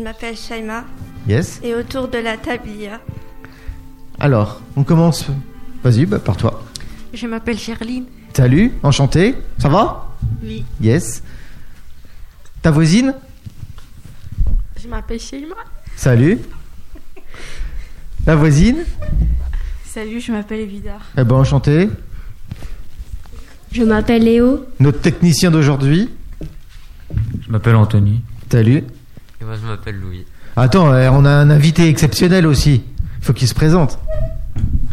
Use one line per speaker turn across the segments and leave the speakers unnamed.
m'appelle Shaima
Yes.
et autour de la table il y a.
Alors, on commence. Vas-y, bah, par toi.
Je m'appelle Charline.
Salut, enchanté. Ça va
Oui.
Yes. Ta voisine
Je m'appelle Sheima.
Salut. La voisine
Salut, je m'appelle Evidar.
Eh ben, enchanté.
Je m'appelle Léo.
Notre technicien d'aujourd'hui.
Je m'appelle Anthony.
Salut.
Et moi, je m'appelle Louis.
Attends, eh, on a un invité exceptionnel aussi. Faut qu'il se présente.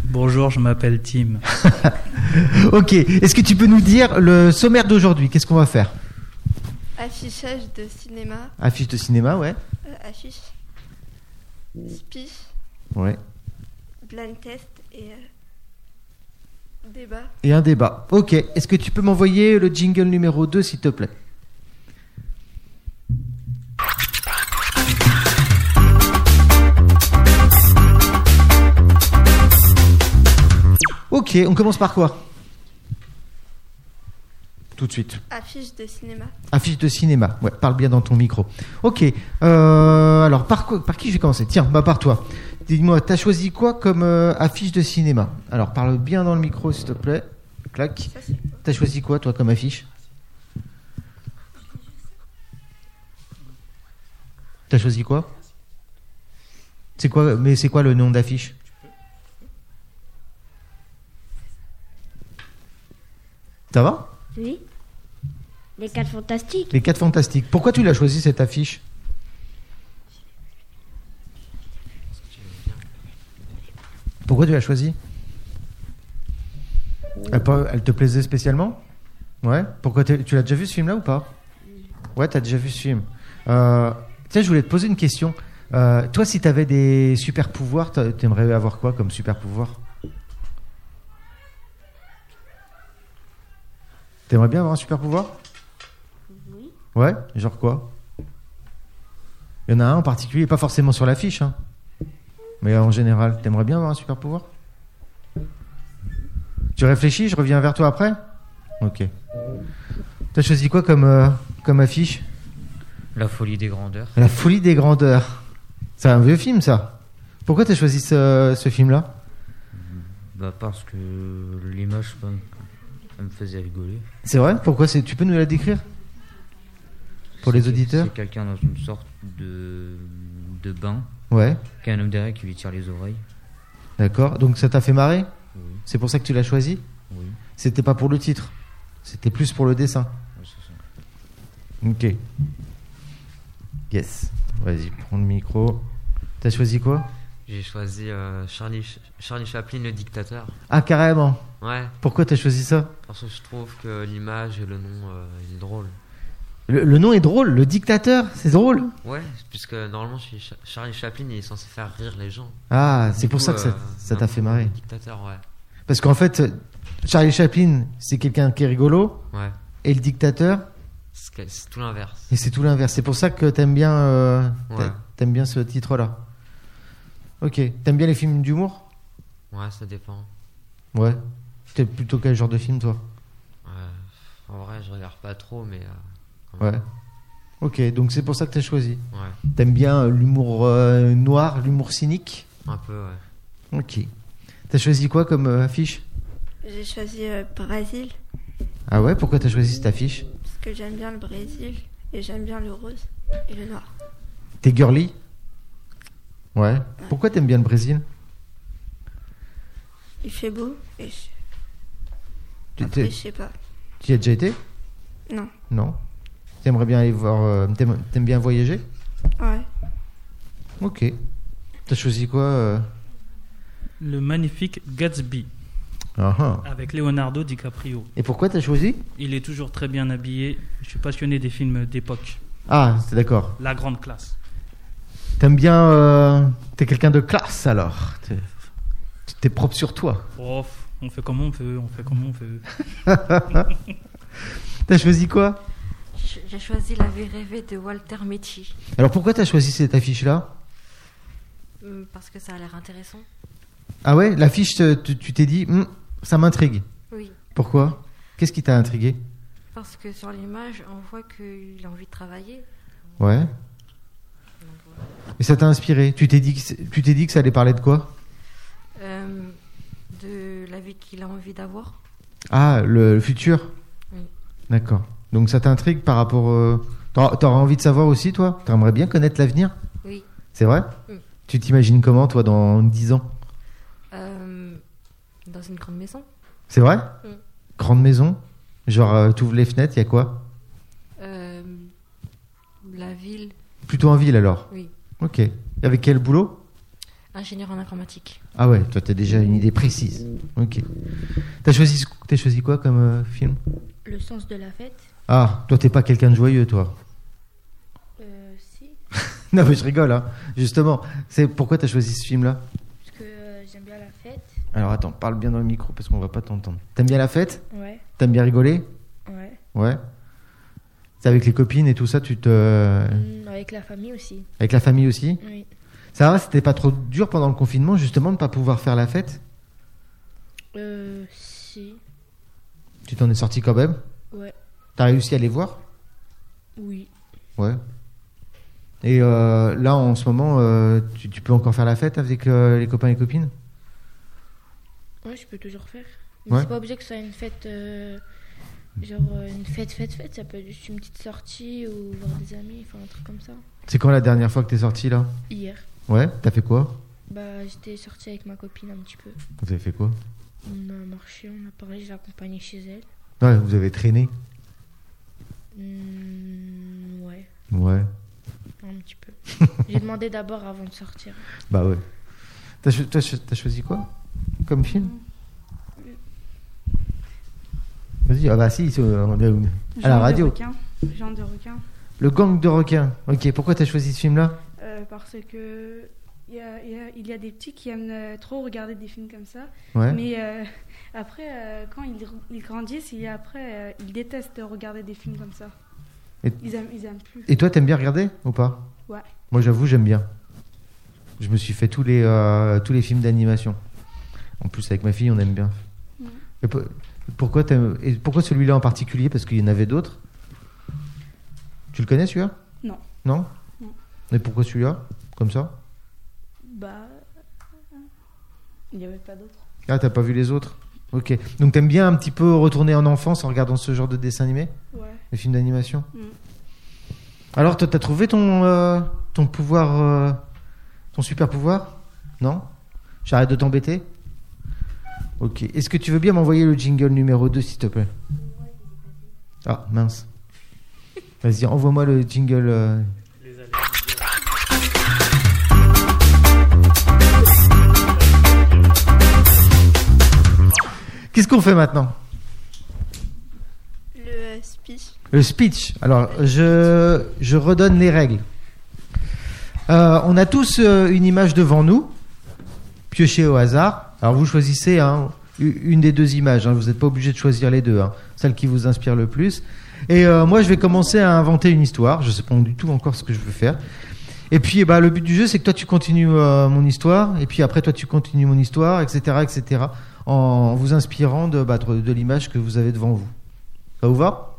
Bonjour, je m'appelle Tim.
Ok, est-ce que tu peux nous dire le sommaire d'aujourd'hui Qu'est-ce qu'on va faire
Affichage de cinéma,
Affiche de cinéma, ouais.
euh, affiche, speech,
Ouais.
blind test et euh, débat.
Et un débat. Ok, est-ce que tu peux m'envoyer le jingle numéro 2, s'il te plaît Ok, on commence par quoi Tout de suite.
Affiche de cinéma.
Affiche de cinéma. Ouais, parle bien dans ton micro. Ok. euh, alors, par, quoi- par qui je vais commencer Tiens, bah par toi. Dis-moi, t'as choisi quoi comme euh, affiche de cinéma Alors, parle bien dans le micro, s'il te plaît. Clac.
Ça c'est quoi
T'as choisi quoi, toi, comme affiche T'as choisi quoi C'est quoi Mais c'est quoi le nom d'affiche Ça va
Oui. Les quatre fantastiques.
Les 4 Fantastiques. Pourquoi tu l'as choisi cette affiche Pourquoi tu l'as choisie elle, peut- elle te plaisait spécialement Ouais Pourquoi t'es- Tu l'as déjà vu ce film-là ou pas Ouais, t'as déjà vu ce film. Euh, tiens, je voulais te poser une question. Euh, toi, si t'avais des super pouvoirs, t'a- t'aimerais avoir quoi comme super pouvoir T'aimerais bien avoir un super pouvoir Ouais, genre quoi Il y en a un en particulier, pas forcément sur l'affiche, hein. mais en général. T'aimerais bien avoir un super pouvoir Tu réfléchis, je reviens vers toi après Ok. T'as choisi quoi comme, euh, comme affiche
La folie des grandeurs.
La folie des grandeurs. C'est un vieux film ça. Pourquoi t'as choisi ce, ce film-là
Bah, parce que l'image, ben, elle me faisait rigoler.
C'est vrai Pourquoi c'est... Tu peux nous la décrire Pour les
C'est que-
auditeurs
C'est quelqu'un dans une sorte de, de bain,
Ouais,
qui a un homme derrière qui lui tire les oreilles.
d'accord. Donc ça t'a fait marrer
Oui,
C'est pour ça que tu l'as choisi
oui,
C'était pas pour le titre, c'était plus pour le dessin.
ouais, c'est ça.
Ok. Yes. Vas-y, prends le micro. T'as choisi quoi
J'ai choisi euh, Charlie, Ch- Charlie Chaplin, le dictateur.
Ah, carrément.
Ouais,
Pourquoi t'as choisi ça
parce que je trouve que l'image et le nom, euh, il est drôle.
le, le nom est drôle, le dictateur, c'est drôle.
Ouais, puisque normalement, chez Cha- Charlie Chaplin, il est censé faire rire les gens.
Ah, c'est
Du
pour
coup,
ça que ça
euh,
ça
un
t'a fait
peu
marrer.
le Dictateur, ouais.
Parce qu'en fait, Charlie Chaplin, c'est quelqu'un qui est rigolo,
Ouais,
et le dictateur,
c'est que- c'est tout l'inverse.
et c'est tout l'inverse. C'est pour ça que t'aimes bien, euh, t'a-
Ouais.
t'aimes bien ce titre-là. Ok. T'aimes bien les films d'humour
Ouais, ça dépend.
Ouais. T'es plutôt quel genre de film, toi
Ouais, en vrai, je regarde pas trop, mais. euh, quand
Ouais.
même.
Ok, donc c'est pour ça que t'as choisi.
Ouais,
T'aimes bien euh, l'humour euh, noir, l'humour cynique
un peu, ouais.
Ok. T'as choisi quoi comme euh, affiche
J'ai choisi euh, Brésil
Ah ouais, pourquoi t'as choisi cette affiche
parce que j'aime bien le Brésil et j'aime bien le rose et le noir.
T'es girly Ouais. Pourquoi t'aimes bien le Brésil
Il fait beau et je,
Tu
après,
t'es-
je sais pas.
tu y as déjà été
Non.
Non. T'aimerais bien aller voir. euh, T'aimes t'aimes bien voyager
Ouais.
Ok. T'as choisi quoi euh
Le magnifique Gatsby
Ah, ah.
avec Leonardo DiCaprio.
Et pourquoi t'as choisi
Il est toujours très bien habillé. Je suis passionné des films d'époque.
Ah, c'est d'accord.
La grande classe.
T'aimes bien. euh, T'es quelqu'un de classe alors. T'es- T'es propre sur toi.
Oh, on fait comme on veut, on fait comme on veut.
T'as choisi quoi
J'ai choisi La vie rêvée de Walter Mitty.
Alors pourquoi t'as choisi cette affiche-là
Hum, Parce que ça a l'air intéressant.
Ah ouais, l'affiche, te- tu tu t'es dit, Hmm, ça m'intrigue.
Oui.
Pourquoi Qu'est-ce qui t'a intrigué
Parce que sur l'image, on voit qu'il a envie de travailler.
Ouais.
Donc,
Et ça t'a inspiré Tu t'es dit, que c'est- tu t'es dit que ça allait parler de quoi
Euh, de la vie qu'il a envie d'avoir.
Ah, le, le futur
Oui.
D'accord. Donc ça t'intrigue par rapport. euh, t'aur- T'aurais envie de savoir aussi, toi T'aimerais bien connaître l'avenir
Oui.
C'est vrai
Mm.
Tu t'imagines comment, toi, dans 10 ans
Euh, dans une grande maison.
C'est vrai
Mm.
Grande maison Genre, euh, t'ouvres les fenêtres, il y a quoi
Euh, la ville.
Plutôt en ville alors
Oui.
Ok. Avec quel boulot
Ingénieur en informatique.
Ah ouais, toi, t'as déjà une idée précise. Ok. T'as choisi, ce- t'as choisi quoi comme euh, film
Le sens de la fête
Ah, toi, t'es pas quelqu'un de joyeux, toi.
Euh, si.
Non, mais je rigole, hein. Justement, c'est pourquoi t'as choisi ce film-là
Parce que euh, j'aime bien la fête.
Alors attends, parle bien dans le micro parce qu'on va pas t'entendre. T'aimes bien la fête
Ouais,
T'aimes bien rigoler
ouais.
Ouais. C'est avec les copines et tout ça, tu te. euh,
Mm, avec la famille aussi.
Avec la famille aussi
Oui.
Ça va, c'était pas trop dur pendant le confinement justement de pas pouvoir faire la fête
Euh, si.
Tu t'en es sorti quand même
Ouais.
T'as réussi à les voir
Oui.
Ouais. Et euh, là, en ce moment, euh, tu, tu peux encore faire la fête avec euh, les copains et copines
Ouais, je peux toujours faire.
Ouais.
Mais c'est pas obligé que ce soit une fête. euh, genre euh, une fête, fête, fête. Ça peut être juste une petite sortie ou voir des amis, enfin un truc comme ça.
C'est quand la dernière fois que t'es sorti là
Hier.
Ouais, t'as fait quoi
Bah, j'étais sortie avec ma copine un petit peu.
Vous avez fait quoi
On a marché, on a parlé, je l'ai accompagnée chez elle.
Ouais, vous avez traîné
Hmm, ouais,
Ouais.
un petit peu. J'ai demandé d'abord avant de sortir.
Bah ouais. T'as cho- t'as cho- t'as choisi quoi comme film Vas-y, ah bah si, c'est- on est où à la
Genre de
radio.
requin. Genre de requin.
Le gang de requins. Ok, pourquoi t'as choisi ce film-là
Euh, parce que il y, a- il y a- il y a des petits qui aiment euh, trop regarder des films comme ça.
Ouais.
Mais euh, après, euh, quand ils, ils grandissent, il y a- après, euh, ils détestent regarder des films comme ça.
Et-
Ils, aiment, ils aiment plus.
Et toi, t'aimes bien regarder ou pas
Ouais.
Moi, j'avoue, j'aime bien. Je me suis fait tous les, euh, tous les films d'animation. En plus, avec ma fille, on aime bien.
Ouais.
Et pour- pourquoi t'aimes- et pourquoi celui-là en particulier Parce qu'il y en avait d'autres Tu le connais celui-là
Non.
Non
Non.
Et pourquoi celui-là Comme ça
Bah. euh, Il n'y avait pas d'autre.
Ah, t'as pas vu les autres Ok. Donc, t'aimes bien un petit peu retourner en enfance en regardant ce genre de dessin animé
Ouais.
Les films d'animation
Mm.
Alors, toi, t'as trouvé ton, euh, ton pouvoir, euh, ton super pouvoir Non J'arrête de t'embêter Ok. Est-ce que tu veux bien m'envoyer le jingle numéro 2, s'il te plaît Ah, mince. Vas-y, envoie-moi le jingle. euh. Qu'est-ce qu'on fait maintenant
Le euh, SPI.
Le speech. Alors, je, je redonne les règles. Euh, on a tous euh, une image devant nous, piochée au hasard. Alors, vous choisissez hein, u- une des deux images. hein. Vous n'êtes pas obligé de choisir les deux. hein. Celle qui vous inspire le plus. Et euh, moi, je vais commencer à inventer une histoire. Je ne sais pas du tout encore ce que je veux faire. Et puis, eh ben, le but du jeu, c'est que toi, tu continues euh, mon histoire. Et puis après, toi, tu continues mon histoire, etc. etc. en vous inspirant de, bah, de de l'image que vous avez devant vous. Ça vous va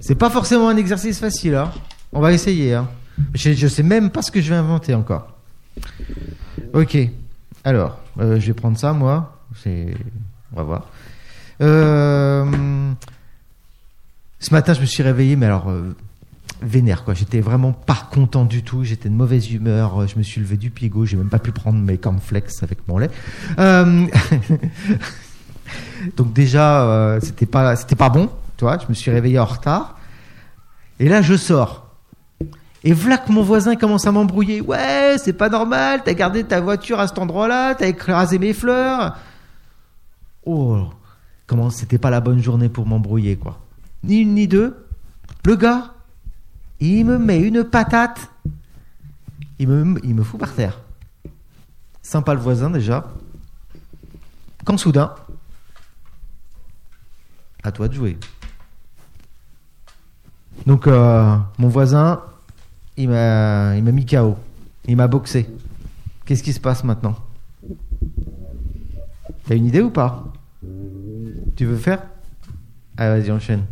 c'est pas forcément un exercice facile, hein. On va essayer, hein. Je, je sais même pas ce que je vais inventer encore. Ok. Alors, euh, je vais prendre ça, moi. C'est... On va voir. Euh, Ce matin, je me suis réveillé, mais alors... euh, Vénère quoi, j'étais vraiment pas content du tout, j'étais de mauvaise humeur, je me suis levé du pied gauche, j'ai même pas pu prendre mes cornflakes avec mon lait. Euh, Donc déjà, euh, c'était pas, c'était pas bon, tu vois. Je me suis réveillé en retard. Et là, je sors. Et voilà que mon voisin commence à m'embrouiller. Ouais, c'est pas normal. T'as gardé ta voiture à cet endroit-là. T'as écrasé mes fleurs. Oh, comment c'était pas la bonne journée pour m'embrouiller, quoi. Ni une ni deux. Le gars, il me met une patate. Il me, il me fout par terre. Sympa le voisin déjà. Quand soudain, à toi de jouer. Donc, euh, mon voisin, il m'a, il m'a mis KO. Il m'a boxé. Qu'est-ce qui se passe maintenant T'as une idée ou pas Tu veux faire Allez, vas-y, enchaîne.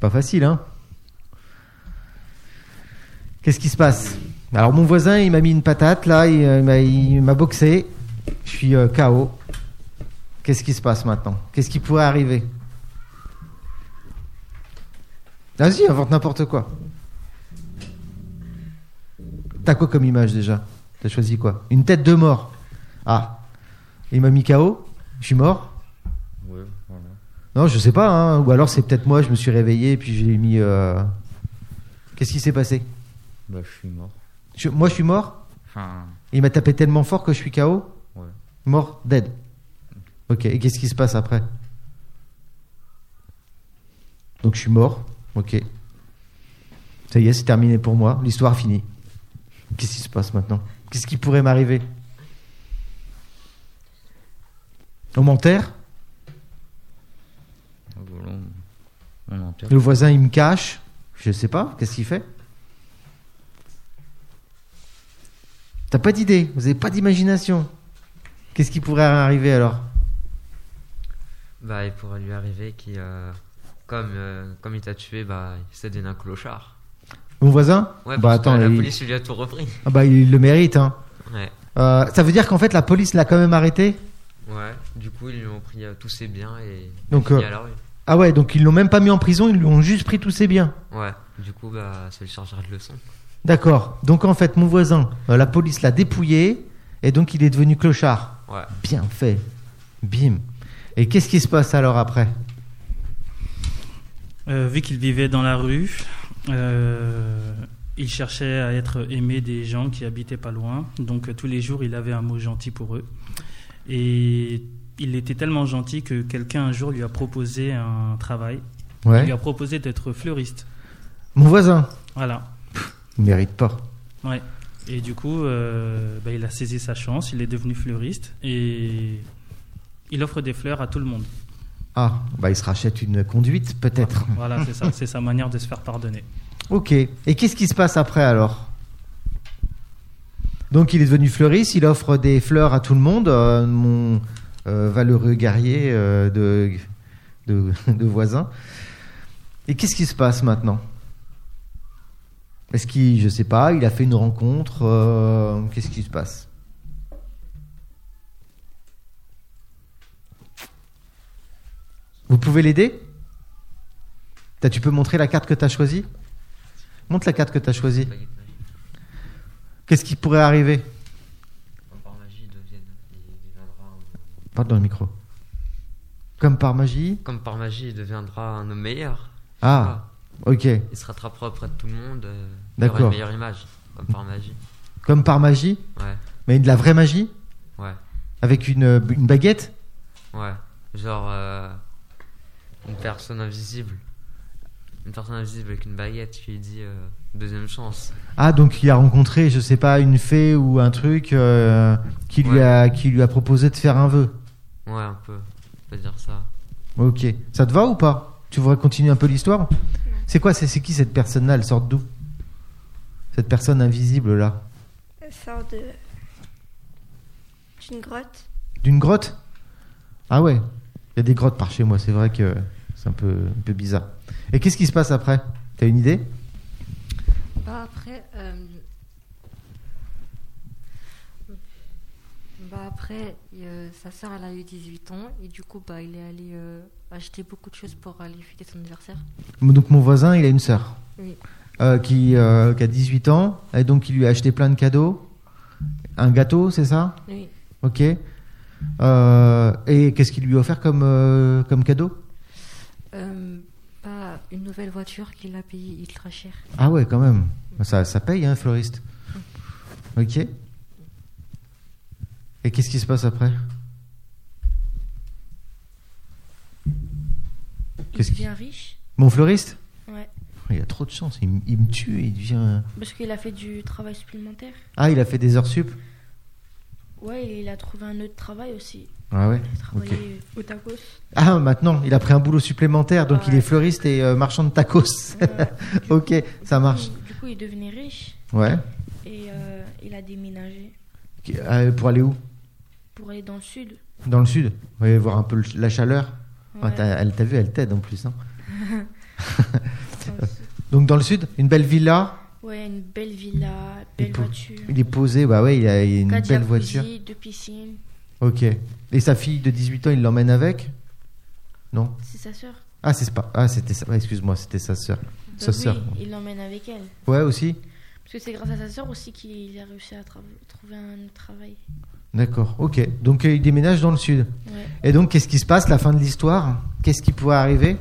Pas facile, hein Qu'est-ce qui se passe Alors, mon voisin, il m'a mis une patate, là, il, euh, il m'a- il m'a boxé. Je suis euh, KO. Qu'est-ce qui se passe maintenant Qu'est-ce qui pourrait arriver Vas-y, invente n'importe quoi. T'as quoi comme image déjà T'as choisi quoi Une tête de mort. Ah, il m'a mis KO, je suis mort.
Ouais, voilà.
Non, je sais pas. hein. Ou alors c'est peut-être moi, je me suis réveillé et puis j'ai mis. euh, Qu'est-ce qui s'est passé
Bah, je suis mort.
Je- Moi, je suis mort.
Enfin,
Il m'a tapé tellement fort que je suis KO.
Ouais.
Mort, dead. Ok. Et qu'est-ce qui se passe après Donc je suis mort. Ok. Ça y est, c'est terminé pour moi. L'histoire finie. Qu'est-ce qui se passe maintenant Qu'est-ce qui pourrait m'arriver On m'enterre
voilà, on- on enterre.
Le voisin, il me cache. Je sais pas. Qu'est-ce qu'il fait T'as pas d'idée. Vous avez pas d'imagination. Qu'est-ce qui pourrait arriver alors
Bah, il pourrait lui arriver qui, euh, comme, euh, comme il t'a tué, bah, il s'est donné un clochard.
Mon voisin
Ouais,
Bah
parce
attends,
que la
il...
police lui a tout repris.
ah bah, il le mérite. Hein.
Ouais.
Euh, ça veut dire qu'en fait, la police l'a quand même arrêté
Ouais. Du coup, ils lui ont pris euh, tous ses biens et.
Donc,
il
euh,
est à la rue.
Ah ouais, donc ils l'ont même pas mis en prison, ils lui ont juste pris tous ses biens.
Ouais. Du coup, bah, c'est le chargeur de leçons.
D'accord. Donc en fait, mon voisin, euh, la police l'a dépouillé et donc il est devenu clochard.
Ouais.
Bien fait. Bim. Et qu'est-ce qui se passe alors après
Euh, vu qu'il vivait dans la rue, euh, il cherchait à être aimé des gens qui habitaient pas loin. Donc euh, tous les jours, il avait un mot gentil pour eux. Et il était tellement gentil que quelqu'un un jour lui a proposé un travail. Il lui a proposé d'être fleuriste.
Mon voisin,
Voilà.
il mérite pas.
Ouais. Et du coup, euh, bah, il a saisi sa chance. Il est devenu fleuriste et il offre des fleurs à tout le monde.
Ah, bah il se rachète une conduite peut-être.
Voilà, c'est ça. C'est sa manière de se faire pardonner.
Ok. Et qu'est-ce qui se passe après alors Donc il est devenu fleuriste, il offre des fleurs à tout le monde. euh, mon euh, valeureux guerrier euh, de, de, de voisin. Et qu'est-ce qui se passe maintenant Est-ce qu'il, je sais pas, il a fait une rencontre euh, Qu'est-ce qui se passe Vous pouvez l'aider T'as- Tu peux montrer la carte que tu as choisie Montre la carte que tu as choisie.
Baguette magique.
Qu'est-ce qui pourrait arriver
Enfin, Par magie, il devienne- il deviendra un-
Parle dans le micro. Comme par magie
Comme par magie, il deviendra un homme meilleur.
Ah, ok.
Il se rattrapera auprès de tout le monde. euh, Il aura
D'accord.
une meilleure image. Comme par magie.
Comme par magie
Ouais.
Mais de la vraie magie
Ouais.
Avec une, euh, une baguette
Ouais, genre euh, une personne invisible. Une personne invisible avec une baguette, tu lui dis euh, deuxième chance.
Ah, donc il a rencontré, je sais pas, une fée ou un truc euh, qui, lui
Ouais.
a, qui lui a proposé de faire un vœu.
Ouais, un peu, on peut dire ça.
Ok. Ça te va ou pas Tu voudrais continuer un peu l'histoire C'est quoi C'est c'est qui cette personne-là Elle sort d'où Cette personne invisible-là
Elle euh, sort de. d'une grotte.
D'une grotte Ah ouais, il y a des grottes par chez moi, c'est vrai que c'est un peu, un peu bizarre. Et qu'est-ce qui se passe après T'as une idée
Bah après, euh, bah après il, euh, sa sœur elle a eu 18 ans et du coup bah il est allé euh, acheter beaucoup de choses pour aller fêter son anniversaire.
Donc mon voisin, il a une sœur
Oui.
euh, qui, euh, qui a 18 ans, et donc il lui a acheté plein de cadeaux. Un gâteau, c'est ça
Oui.
Ok. Euh, et qu'est-ce qu'il lui a offert comme, euh, comme cadeau
Euh, bah, une nouvelle voiture qu'il a payée ultra cher.
Ah ouais, quand même. Ça, ça paye, hein, fleuriste. Ok. Et qu'est-ce qui se passe après
Il
Qu'est-ce qui-
devient riche.
Mon fleuriste Oh,
Ouais.
Il a trop de chance, il, m- il me tue, il devient...
Parce qu'il a fait du travail supplémentaire.
Ah, il a fait des heures sup
Ouais, il a trouvé un autre travail aussi.
Ah ouais
Il a travaillé au tacos.
Ah, maintenant, il a pris un boulot supplémentaire, donc
Ouais.
il est fleuriste et euh, marchand de tacos.
Ouais.
ok, ça marche.
Du coup, il devenait riche
Ouais.
et euh, il a déménagé
Ok, euh, pour aller où
pour aller dans le sud.
Dans le sud Vous allez voir un peu le- la chaleur. Ah,
Ouais.
t'as- elle t'a vu, elle t'aide en plus. hein. Donc dans le sud, une belle villa,
Ouais, une belle villa,
Il
belle
peut-
voiture.
il est posé, bah ouais, il a il a une
quatre
belle
jacuzzis,
voiture.
Deux piscines.
Ok. Et sa fille de 18 ans, il l'emmène avec Non
C'est sa sœur.
Ah, c'est pas. Ah, c'était sa. ah, Excuse-moi, c'était sa sœur.
Bah
Sa sœur.
Oui, il l'emmène avec elle.
Ouais, aussi
Parce que c'est grâce à sa sœur aussi qu'il a réussi à tra- trouver un autre travail.
D'accord, ok. Donc euh, il déménage dans le sud.
Ouais.
Et donc, qu'est-ce qui se passe, la fin de l'histoire Qu'est-ce qui pourrait arriver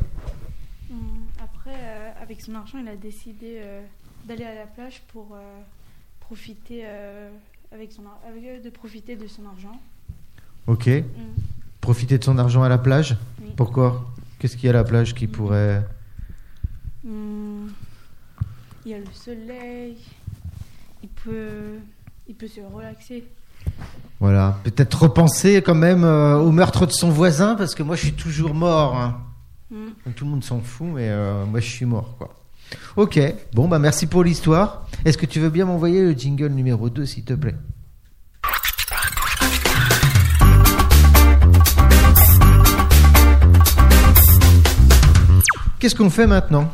Hum, Après, euh, avec son argent, il a décidé euh, d'aller à la plage pour euh, profiter euh, avec son ar- avec, euh, de profiter de son argent.
Ok.
Hum.
Profiter de son argent à la plage
Oui.
Pourquoi Qu'est-ce qu'il y a à la plage qui pourrait.
Hum, Il y a le soleil. Il peut, il peut se relaxer.
Voilà. Peut-être repenser quand même euh, au meurtre de son voisin, parce que moi, je suis toujours mort. hein.
Hum.
Tout le monde s'en fout, mais euh, moi, je suis mort, quoi. Ok. Bon, bah, merci pour l'histoire. Est-ce que tu veux bien m'envoyer le jingle numéro 2, s'il te plaît Qu'est-ce qu'on fait maintenant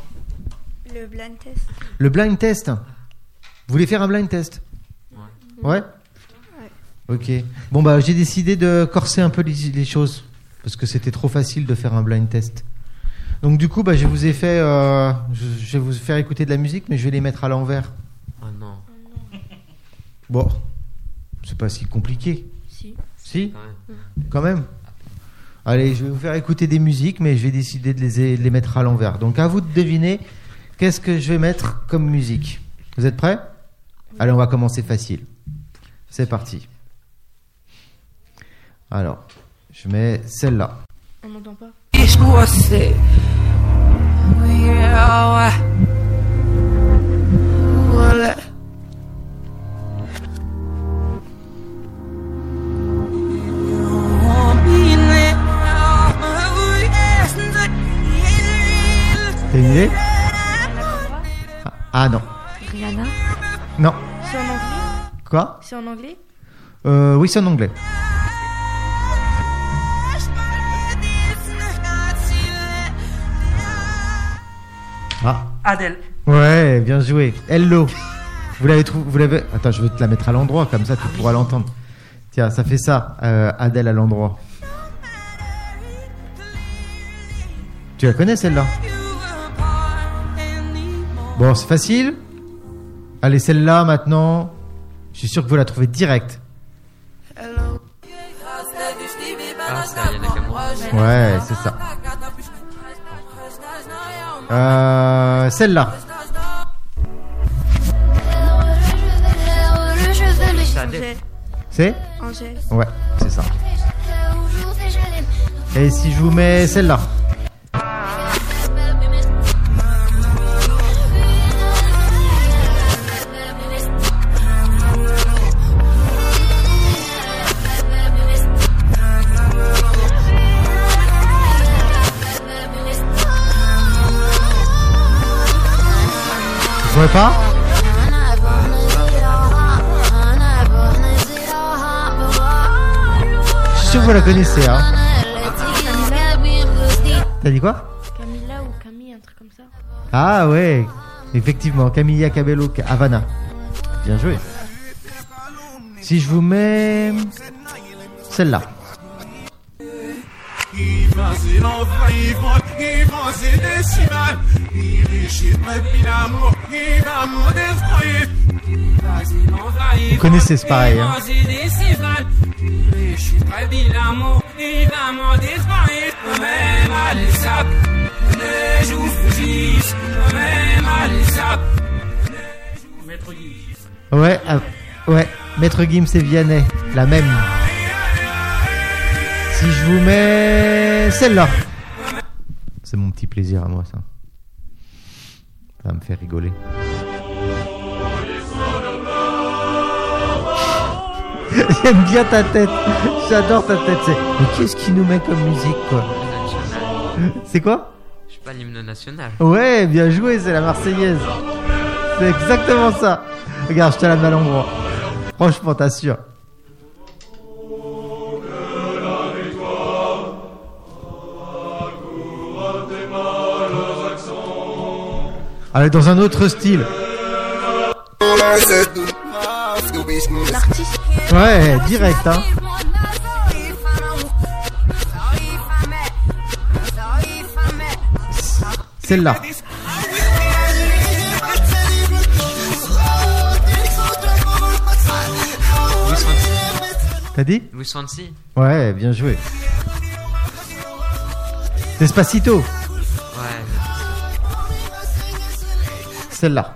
Le blind test.
Le blind test. Vous voulez faire un blind test Ouais. Ok. Bon, bah, j'ai décidé de corser un peu les, les choses. Parce que c'était trop facile de faire un blind test. Donc, du coup, bah, je vous ai fait. euh, je, je vais vous faire écouter de la musique, mais je vais les mettre à l'envers.
Oh non,
Bon. C'est pas si compliqué.
Si.
Si
quand même.
Quand même Allez, je vais vous faire écouter des musiques, mais je vais décider de les, de les mettre à l'envers. Donc, à vous de deviner qu'est-ce que je vais mettre comme musique. Vous êtes prêts Allez, on va commencer facile. C'est parti. Alors, je mets celle-là.
On n'entend pas.
T'as une idée Ah, Ah non.
Rihanna
Non.
C'est en anglais
Quoi
C'est en anglais
euh, Oui, c'est en anglais. Ah.
Adèle.
Ouais, bien joué. Hello. Vous l'avez trouvé Vous l'avez Attends, je vais te la mettre à l'endroit comme ça, tu pourras l'entendre. Tiens, ça fait ça, euh, Adèle à l'endroit. Tu la connais celle-là Bon, c'est facile. Allez, celle-là maintenant. Je suis sûr que vous la trouvez direct.
Ah, c'est Ariana Nakamura.
Ouais, c'est ça. Euh, celle-là.
C'est Adèle.
Angèle.
C'est
Angèle.
Ouais, c'est ça. Et si je vous mets celle-là Vous trouvez pas Je suis sûr que vous la connaissez, hein. T'as dit quoi
Camilla ou Camille, un truc comme ça
Ah ouais, effectivement, Camilla Cabello Ca- Havana. Bien joué. Si je vous mets celle-là. Vous connaissez, c'est pareil. hein. Ouais, ah, ouais, Maître Gims et Vianney, la même. Si je vous mets celle-là. C'est mon petit plaisir à moi, ça. Ça me fait rigoler. J'aime bien ta tête. J'adore ta tête. c'est- Mais qu'est-ce qu'il nous met comme musique, quoi
National.
C'est quoi
Je suis pas l'hymne national.
Ouais, bien joué, c'est la Marseillaise. C'est exactement ça. Regarde, je te la mets à l'endroit. Franchement, t'assures. Allez, dans un autre style.
L'artiste,
Ouais, direct, hein. Celle-là. T'as dit
Louis Fancy
Ouais, bien joué. Despacito,
Ouais.
celle-là.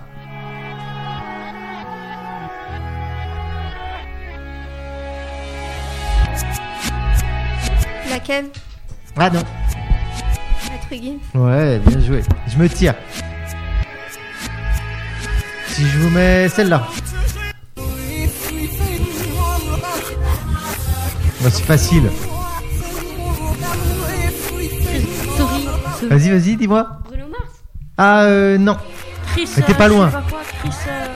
laquelle
Ah non.
Maître Gims.
Ouais, bien joué. Je me tire. Si je vous mets celle-là. Bah, c'est facile. Vas-y, vas-y, dis-moi.
Bruno Mars
Ah euh, non.
Chris.
Mais t'es
euh,
pas
je sais
loin.
pas quoi, Chris, euh,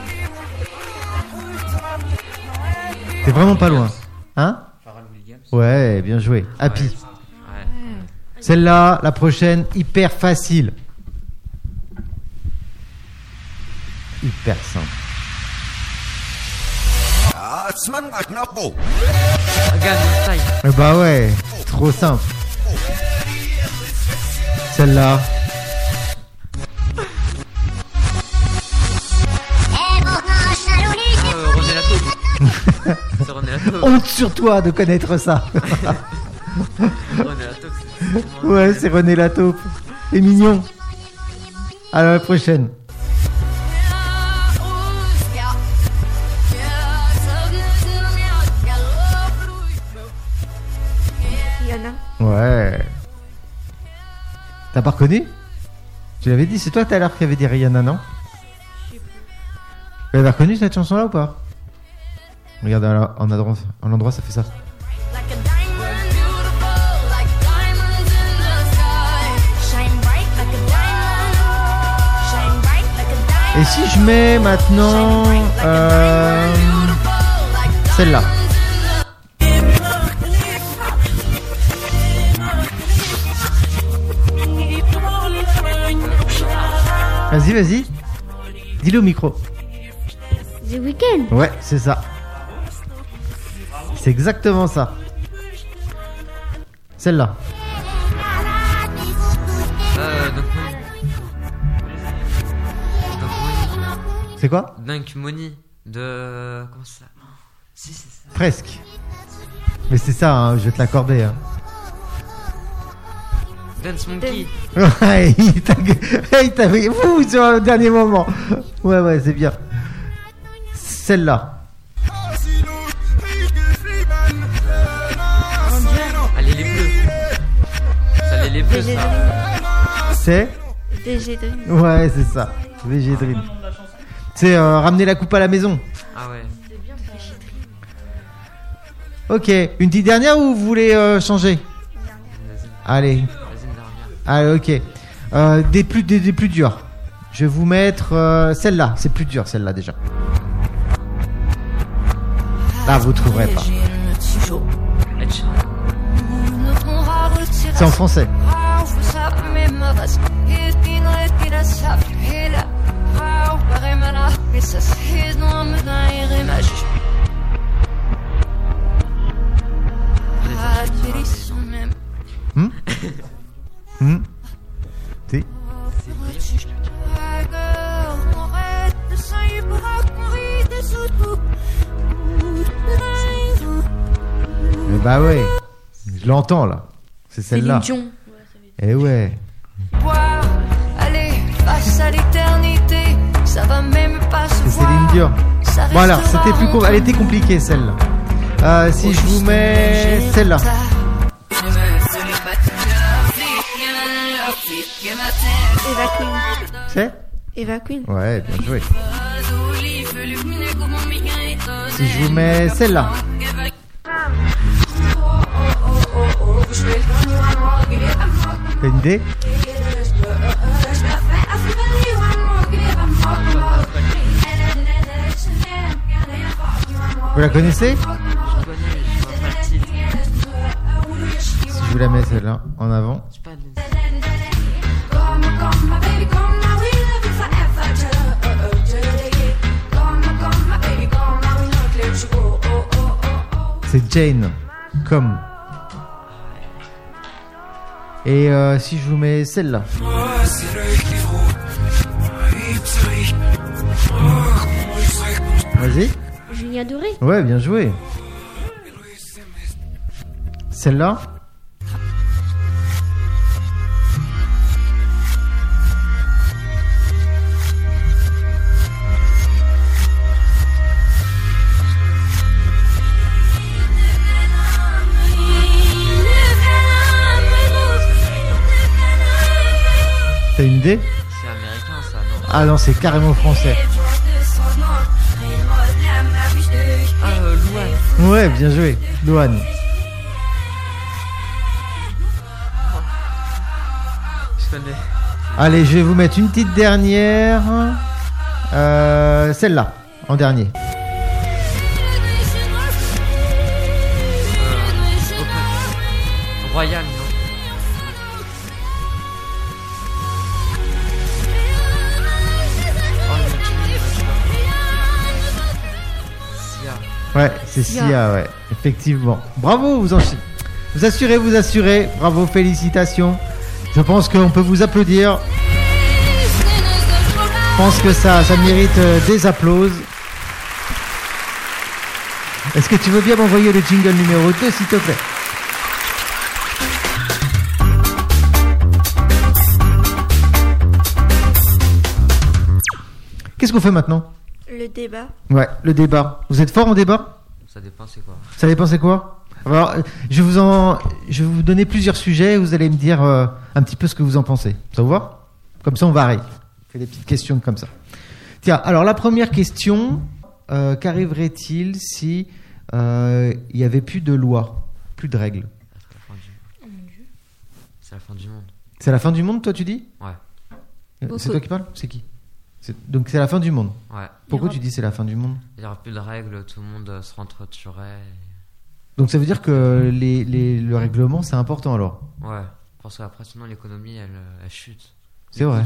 T'es vraiment pas loin. Hein
Pharrell Williams.
Ouais, bien joué. Happy.
Ouais.
Celle-là, la prochaine, hyper facile. Hyper simple.
Gangnam Style.
Eh bah ouais, trop simple. Celle-là.
Euh, René Latour. C'est René Latour.
Honte sur toi de connaître ça.
René Latour. c'est-
Ouais, c'est René Lataupe. Et mignon. Alors la prochaine.
Rihanna.
Ouais. T'as pas reconnu Tu l'avais dit, c'est toi tout à l'heure qui avait dit Rihanna, non Vous l'avez reconnu cette chanson-là ou pas Regarde, à la- en endroit, en endroit, ça fait ça. Et si je mets maintenant euh, celle-là Vas-y, vas-y. Dis-le au micro.
The Weeknd.
Ouais, c'est ça. C'est exactement ça. Celle-là.
Euh, donc Money. Donc Money.
C'est quoi
Donc Money de. Comment ça s'appelle Si, c'est ça.
Presque. Mais c'est ça, hein, je vais te l'accorder. hein.
Dance Monkey.
Ouais, il t'a il t'a fait Ouh, sur le dernier moment. Ouais, ouais, c'est bien. Celle-là.
Allez, les bleus. Ça, les, les bleus,
VG
ça.
Dream.
C'est
VG Dream.
Ouais, c'est ça. VG Dream. C'est euh, ramener la coupe à la maison.
Ah ouais.
Ok, une petite dernière ou vous voulez euh, changer
Vas-y,
Allez,
vas-y, une
allez,
dernière.
ok. Euh, des, plus, des, des plus durs. Je vais vous mettre euh, celle-là. C'est plus dur, celle-là déjà. Là, vous trouverez pas.
Ed Sheeran.
C'est en français. Hmm Eh Si. Mais bah ouais, je l'entends là. C'est celle-là.
Dion.
Eh ouais.
Allez, face à l'éternité, ça va même pas se
C'est Céline Dion. Voilà, c'était plus com- elle était compliquée celle-là. Euh, si je vous mets celle-là.
Eva Queen.
C'est
Eva Queen.
Ouais, bien joué. Si je vous mets celle-là. T'as une idée Vous la connaissez
Je connais, mais je vois pas le titre.
Si je vous la mets celle-là en avant.
Je sais pas.
Come, come, my baby, come now, we live forever.
C'est Jane. Comme. Et euh, si je vous mets celle-là. Vas-y.
Julien Doré.
Ouais, bien joué. Celle-là. T'as une idée
C'est américain ça, non
Ah non, c'est carrément français.
Ah, euh, Louane.
Ouais, bien joué, Douane.
Je connais.
Allez, je vais vous mettre une petite dernière. Euh, Celle-là, en dernier.
Euh, Open. Royal, non Oh, il y a Jimmy, là, je crois. Sia.
Ouais, c'est
Sia.
Sia, ouais, effectivement. Bravo, vous enchaînez. Vous assurez, vous assurez. Bravo, félicitations. Je pense qu'on peut vous applaudir. Je pense que ça, ça mérite euh, des applauses. Est-ce que tu veux bien m'envoyer le jingle numéro 2, s'il te plaît Qu'est-ce qu'on fait maintenant
Le débat.
Ouais, le débat. Vous êtes fort en débat
Ça dépend, c'est quoi
Ça dépend c'est quoi Alors, euh, je vous en, je vais vous donner plusieurs sujets. Vous allez me dire euh, un petit peu ce que vous en pensez. Ça vous va Comme ça, on varie. On fait des petites questions comme ça. Tiens, alors la première question euh, qu'arriverait-il si euh, il n'y avait plus de loi, plus de règles
C'est la fin du- C'est la fin du monde.
C'est la fin du monde, toi, tu dis
Ouais.
Euh, C'est
Beaucoup.
toi qui parles C'est qui C'est- Donc c'est la fin du monde.
Ouais.
Pourquoi tu dis c'est la fin du monde
Il n'y aura plus de règles, tout le monde euh, se rentre-tuerait.
Donc ça veut dire que les, les- le règlement, c'est important alors.
Ouais, parce qu'après, sinon, l'économie, elle, euh, elle chute.
C'est vrai.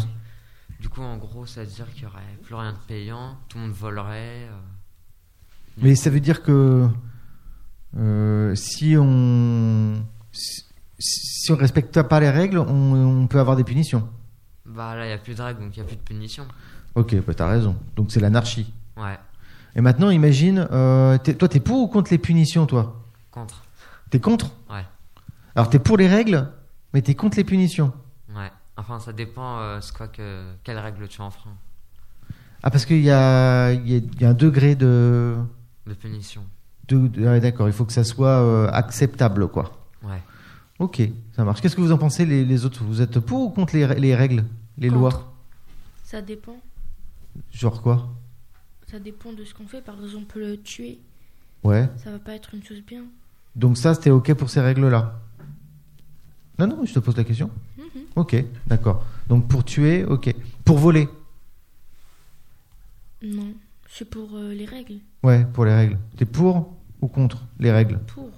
Du coup, en gros, ça veut dire qu'il n'y aurait plus rien de payant, tout le monde volerait. euh,
Mais ça veut dire que euh, si on si, si on respecte pas les règles, on, on peut avoir des punitions.
Bah là, il n'y a plus de règles, donc il n'y a plus de punition.
Ok, bah t'as raison. Donc c'est l'anarchie.
Ouais,
Et maintenant, imagine, euh, t'es- toi, t'es pour ou contre les punitions, toi
contre.
T'es contre
Ouais,
Alors t'es pour les règles, mais t'es contre les punitions.
ouais. Enfin, ça dépend euh, c'est quoi que, quelle règle tu enfreins
Ah, parce qu'il y a, il y a- il y a un degré de...
de punition.
de- de- ouais, D'accord, il faut que ça soit euh, acceptable, quoi.
Ouais.
Ok, ça marche. Qu'est-ce que vous en pensez, les, les autres Vous êtes pour ou contre les, les règles, les lois
Ça dépend.
Genre quoi
Ça dépend de ce qu'on fait. Par exemple, le tuer,
Ouais.
ça va pas être une chose bien.
Donc ça, c'était OK pour ces règles-là Non, non, je te pose la question. OK, d'accord. Donc pour tuer, OK. Pour voler
Non, c'est pour euh, les règles.
Ouais, pour les règles. T'es pour ou contre les règles
Pour.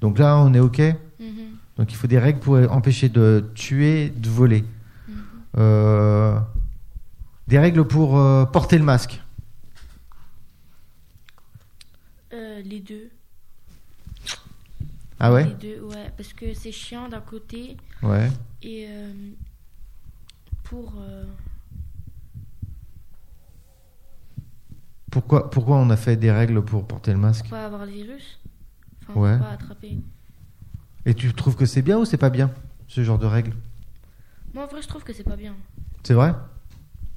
Donc là, on est OK
Mhm.
Donc il faut des règles pour empêcher de tuer, de voler.
Mm-hmm.
Euh, des règles pour euh, porter le masque.
Euh, les deux.
Ah ouais
Les deux, ouais. Parce que c'est chiant d'un côté.
Ouais.
Et euh, pour. euh,
Pourquoi, pourquoi on a fait des règles pour porter le masque
pour pas avoir le virus. Enfin,
Ouais.
pour pas attraper.
Et tu trouves que c'est bien ou c'est pas bien, ce genre de règles
Moi, en vrai, je trouve que c'est pas bien.
C'est vrai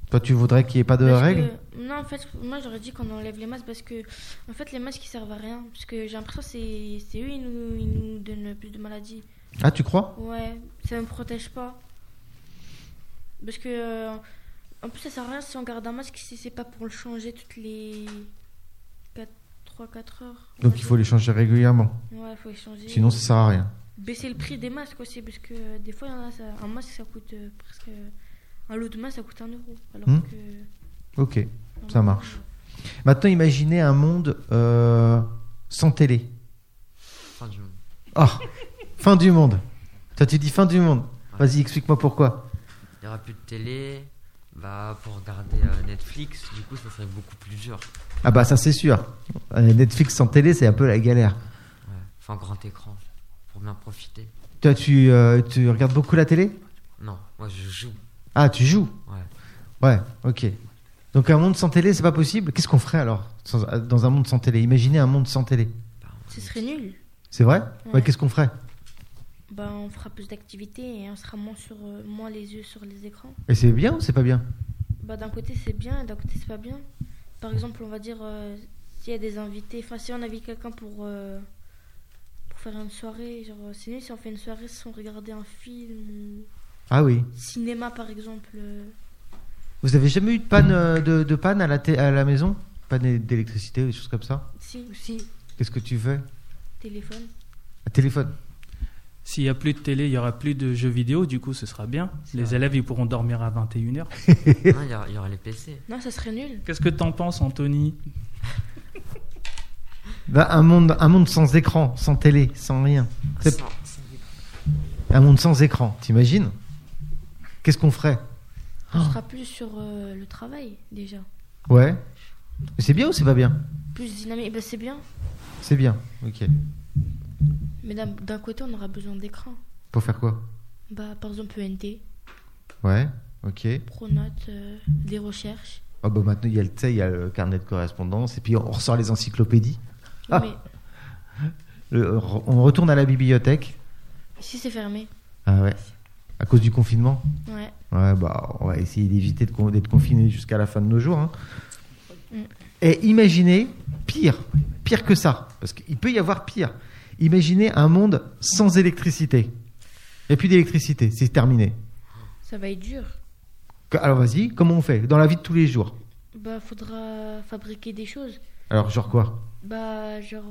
Toi, tu voudrais qu'il n'y ait pas de
Parce
règles
que- Non, en fait, moi j'aurais dit qu'on enlève les masques parce que, en fait, les masques ils servent à rien. Parce que j'ai l'impression que c'est c'est eux, ils nous, ils nous donnent le plus de maladies.
Ah, tu crois
Ouais, ça me protège pas. Parce que, euh, en plus, ça sert à rien si on garde un masque si c'est pas pour le changer toutes les 3-4 heures.
Donc il faut les changer régulièrement.
Ouais, faut les changer.
Sinon, ça sert à rien.
Baisser le prix des masques aussi, parce que euh, des fois, il y en a, ça, un masque ça coûte euh, presque. Un lot de masque ça coûte 1 euro. Alors
Hmm.
que.
Ok, ça marche. Maintenant, imaginez un monde euh, sans télé.
Fin du monde.
Ah, fin du monde. Toi, tu dis fin du monde. Vas-y, explique-moi pourquoi.
Il n'y aura plus de télé. Bah, pour regarder euh, Netflix, du coup, ça serait beaucoup plus dur.
Ah bah ça, c'est sûr. Euh, Netflix sans télé, c'est un peu la galère.
Ouais. enfin grand écran, pour bien profiter.
Toi, tu, euh, tu regardes beaucoup la télé
Non, moi je joue.
Ah, tu joues
Ouais.
Ouais, ok. Donc un monde sans télé, c'est pas possible Qu'est-ce qu'on ferait alors sans- dans un monde sans télé Imaginez un monde sans télé.
euh,
Ce serait nul.
C'est vrai Ouais,
Ouais.
Qu'est-ce qu'on ferait
Bah, on fera plus d'activités et on sera moins, sur, euh, moins les yeux sur les écrans.
Et c'est bien ou c'est pas bien
Bah, d'un côté, c'est bien et d'un côté, c'est pas bien. Par exemple, on va dire euh, s'il y a des invités, enfin, si on invite quelqu'un pour, euh, pour faire une soirée, genre, euh, c'est nul si on fait une soirée sans regarder un film ou.
Ah oui.
Cinéma, par exemple. euh,
Vous avez jamais eu de panne, euh, de, de panne à, la té- à la maison Panne é- d'électricité ou des choses comme ça
si. Si.
Qu'est-ce que tu fais
Téléphone.
Un téléphone
S'il n'y a plus de télé, il n'y aura plus de jeux vidéo, du coup, ce sera bien. Les élèves, ils pourront dormir à 21h.
Non, il y, aura- il y aura les PC.
Non, ça serait nul.
Qu'est-ce que t'en penses, Anthony
Bah, un, monde, un monde sans écran, sans télé, sans rien. C'est-
Sans-
Un monde sans écran, t'imagines Qu'est-ce qu'on ferait
On sera plus sur euh, le travail, déjà.
Ouais. Mais c'est bien ou c'est pas bien
Plus dynamique, bah, c'est bien.
C'est bien, ok.
Mais d'un- d'un côté, on aura besoin d'écran.
Pour faire quoi
Bah, par exemple, ENT,
Ouais, ok.
Pronote, euh, des recherches.
Ah bah maintenant, il y, a le, tu sais, il y a le carnet de correspondance et puis on ressort les encyclopédies. Ah.
Mais
Le- on retourne à la bibliothèque.
si c'est fermé,
Ah ouais. À cause du confinement
ouais.
Ouais, bah, on va essayer d'éviter de con- d'être confiné jusqu'à la fin de nos jours. hein. Et imaginez pire, pire que ça, parce qu'il peut y avoir pire. Imaginez un monde sans électricité. Il n'y a plus d'électricité, c'est terminé.
Ça va être dur.
Que- Alors vas-y, comment on fait Dans la vie de tous les jours.
Bah, faudra fabriquer des choses.
Alors, genre quoi
Bah, genre.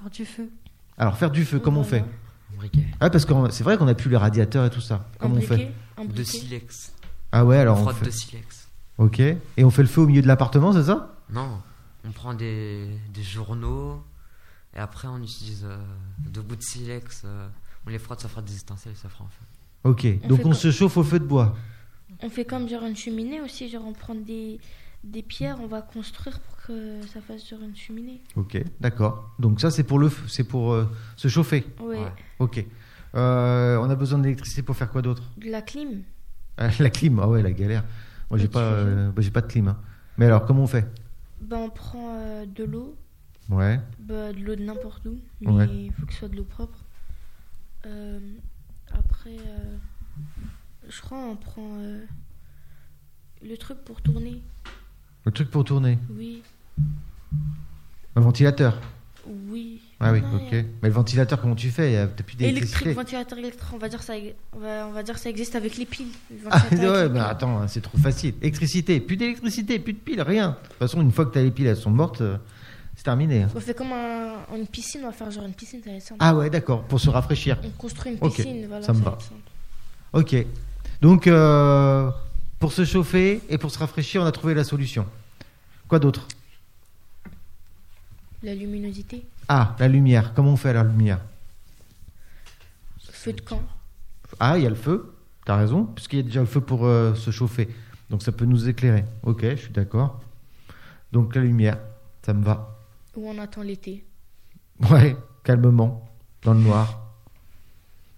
Faire du feu.
Alors, faire du feu, comment on fait
Un briquet.
Ah, parce que c'est vrai qu'on n'a plus les radiateurs et tout ça. Comment on fait
De silex.
Ah ouais, alors on
Frotte
fait-
de silex.
Ok. Et on fait le feu au milieu de l'appartement, c'est ça
Non, on prend des, des journaux et après on utilise euh, deux bouts de silex. euh, on les frotte, ça fera des étincelles, ça fera un feu.
Ok.
On
Donc
fait
on
quoi
se chauffe au feu de bois.
On fait comme genre une cheminée aussi, genre on prend des, des pierres, on va construire pour que ça fasse genre une cheminée.
Ok, d'accord. Donc ça, c'est pour le, f- c'est pour euh, se chauffer.
Ouais. Ouais.
Ok. Euh, on a besoin d'électricité pour faire quoi d'autre
De la clim.
Ah, La clim. Ah ouais, la galère. Moi, j'ai pas, euh, bah, j'ai pas de clim. hein. Mais alors, comment on fait
Bah, on prend euh, de l'eau,
Ouais.
bah, de l'eau de n'importe où, mais
Ouais.
il faut que ce soit de l'eau propre. Euh, après, euh, je crois on prend euh, le truc pour tourner.
Le truc pour tourner.
Oui,
Un ventilateur.
oui.
Ah oui.
Non,
ok.
y a-
Mais le ventilateur, comment tu fais Euh, T'as plus
Électrique,
d'électricité.
ventilateur électrique, on va dire ça, on va, on va dire ça existe avec les piles. le
Ah
ventilateur
ouais,
avec
mais
les
attends, hein, c'est trop facile. Électricité, plus d'électricité, plus de piles, rien. De toute façon, une fois que t'as les piles, elles sont mortes, euh, c'est terminé. hein.
piles. On fait comme un- une piscine, on va faire genre une piscine, ça va être simple.
Ah ouais, d'accord, pour se rafraîchir.
On construit une
Ok,
piscine, voilà.
ça me
va
va.
être simple.
Ok. Donc, euh, pour se chauffer et pour se rafraîchir, on a trouvé la solution. Quoi d'autre
La luminosité,
Ah, la lumière. Comment on fait la lumière
feu de camp.
Ah, il y a le feu. T'as raison, puisqu'il y a déjà le feu pour euh, se chauffer. Donc, ça peut nous éclairer. Ok, je suis d'accord. Donc, la lumière, ça me va.
Où on attend l'été.
Ouais, calmement, dans le noir.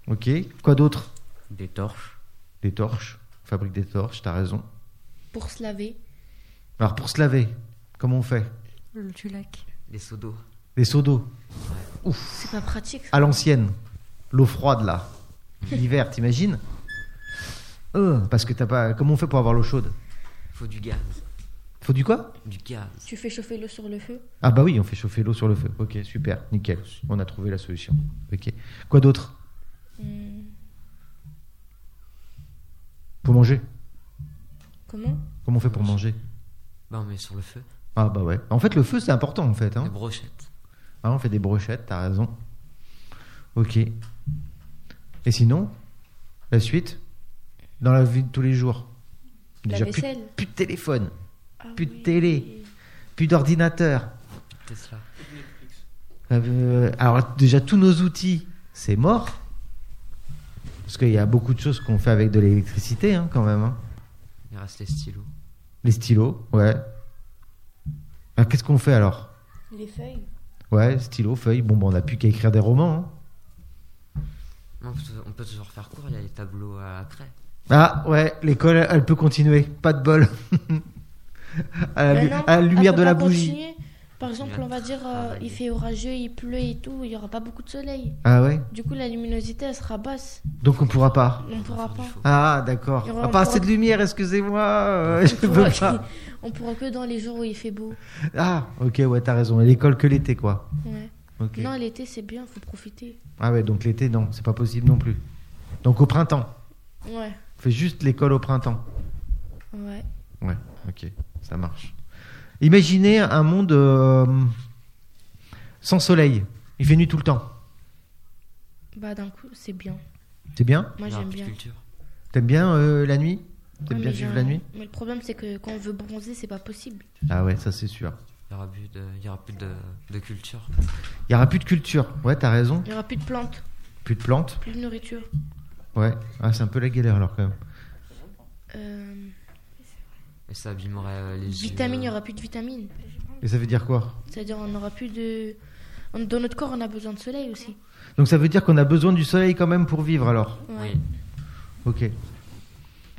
Ok, quoi d'autre
Des torches.
Des torches. On fabrique des torches, t'as raison.
Pour se laver.
Alors, pour se laver, comment on fait
Du lac.
Des seaux d'eau.
Des seaux d'eau.
C'est pas pratique.
à l'ancienne, l'eau froide là, l'hiver, t'imagines Euh, Parce que t'as pas. Comment on fait pour avoir l'eau chaude
Faut du gaz.
Faut du quoi
Du gaz.
Tu fais chauffer l'eau sur le feu.
Ah bah oui, on fait chauffer l'eau sur le feu. Ok, super, nickel. On a trouvé la solution. Ok. Quoi d'autre
Hmm,
Pour manger
Comment
Comment on fait pour manger
Bah on met sur le feu.
Ah bah ouais. En fait, le feu c'est important en fait.
Des
Hein.
brochettes.
Ah, on fait des brochettes, t'as raison. Ok. Et sinon, la suite Dans la vie de tous les jours
La
Déjà, plus,
vaisselle.
plus de téléphone,
Ah
plus de télé, plus d'ordinateur.
Tesla.
Euh, alors déjà tous nos outils, c'est mort. Parce qu'il y a beaucoup de choses qu'on fait avec de l'électricité hein, quand même. hein.
Il reste les stylos.
Les stylos, ouais. Ah, Qu'est-ce qu'on fait alors
Les feuilles.
Ouais, stylo, feuille. Bon, bah, on n'a plus qu'à écrire des romans. hein.
Non, on peut tou- on peut toujours faire court, il y a les tableaux à la craie.
Ah ouais, l'école, elle peut continuer. Pas de bol. à, la, lu-
Maintenant,
à la lumière
elle
de
Euh, peut
la
pas
bougie.
continuer. Par exemple, on va dire, euh, il fait orageux, il pleut et tout, il n'y aura pas beaucoup de soleil.
Ah ouais
Du coup, la luminosité, elle sera basse.
Donc on pourra pas.
On pourra pas.
Ah d'accord.
Et on
Ah, pas
pourra-
assez de lumière, excusez-moi. euh, je
On
peux
pourra,
pas.
on pourra que dans les jours où il fait beau.
Ah ok, ouais, t'as raison. Et l'école que l'été, quoi.
Ouais.
Ok.
Non, l'été, c'est bien, faut profiter.
Ah ouais, donc l'été, non, c'est pas possible non plus. Donc au printemps.
Ouais.
Fais juste l'école au printemps.
Ouais.
Ouais, ok, ça marche. Imaginez un monde euh, sans soleil. Il fait nuit tout le temps.
Bah, d'un coup, c'est bien.
C'est bien
Moi, j'aime bien.
T'aimes bien euh, la nuit T'aimes
Ouais,
bien
mais
vivre
j'ai
la
un-
nuit
Mais le problème, c'est que quand on veut bronzer, c'est pas possible.
Ah ouais, ça c'est sûr.
Il n'y aura plus de, il y aura plus de, de culture.
Il n'y aura plus de culture. Ouais, t'as raison.
Il n'y aura plus de plantes,
Plus de plantes.
plus de nourriture.
Ouais, ah, c'est un peu la galère alors quand même.
Euh,
Et ça abîmerait euh, les gilets,
vitamines, il n'y
euh,
aura plus de vitamines.
Et ça veut dire quoi
C'est-à-dire, on n'aura plus de. on- Dans notre corps, on a besoin de soleil aussi.
Donc ça veut dire qu'on a besoin du soleil quand même pour vivre alors
euh,
Ouais.
Ok. Et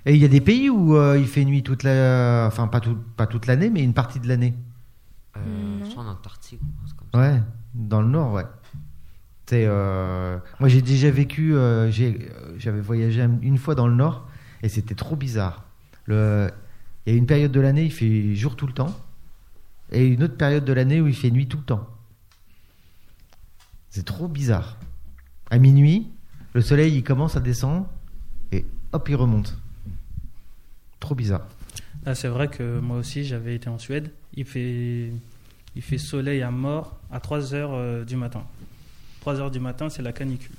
il y a des pays où euh, il fait nuit toute la... Enfin, pas, tout- pas toute l'année, mais une partie de l'année.
euh, je crois en Antarctique. ou un truc comme ça.
Ouais, dans le nord, ouais. C'est, euh, Moi, j'ai déjà vécu, euh, j'ai- euh, j'avais voyagé un- une fois dans le nord et c'était trop bizarre. Le... Il y a une période de l'année, il fait jour tout le temps, et une autre période de l'année où il fait nuit tout le temps. C'est trop bizarre. À minuit, le soleil il commence à descendre et hop, il remonte. Trop bizarre.
Ah, c'est vrai que moi aussi, j'avais été en Suède. Il fait, il fait soleil à mort à 3 heures euh, du matin. 3 heures du matin, c'est la canicule.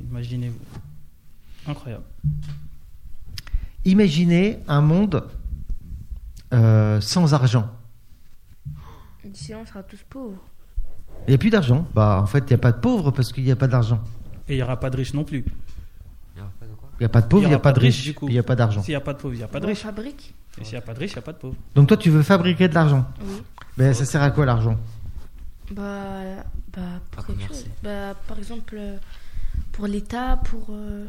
Imaginez-vous. Incroyable.
Imaginez un monde euh, sans argent.
Sinon, on sera tous pauvres.
Il n'y a plus d'argent. Bah, en fait, il n'y a pas de pauvres parce qu'il n'y a pas d'argent.
Et il n'y aura pas de riches non plus.
Il n'y a pas de pauvres, il n'y a
aura
pas de riches,
du coup.
puis il n'y a pas d'argent.
S'il n'y a pas de pauvres, il n'y a pas de
On
riches.
fabrique.
Et s'il n'y a pas de riches, il n'y a pas de pauvres.
Donc toi, tu veux fabriquer de l'argent.
Oui.
Mais ça sert à quoi l'argent
Bah, bah pour
Pas
quelque
commercer.
chose. Bah, par exemple, euh, pour l'État, pour. euh,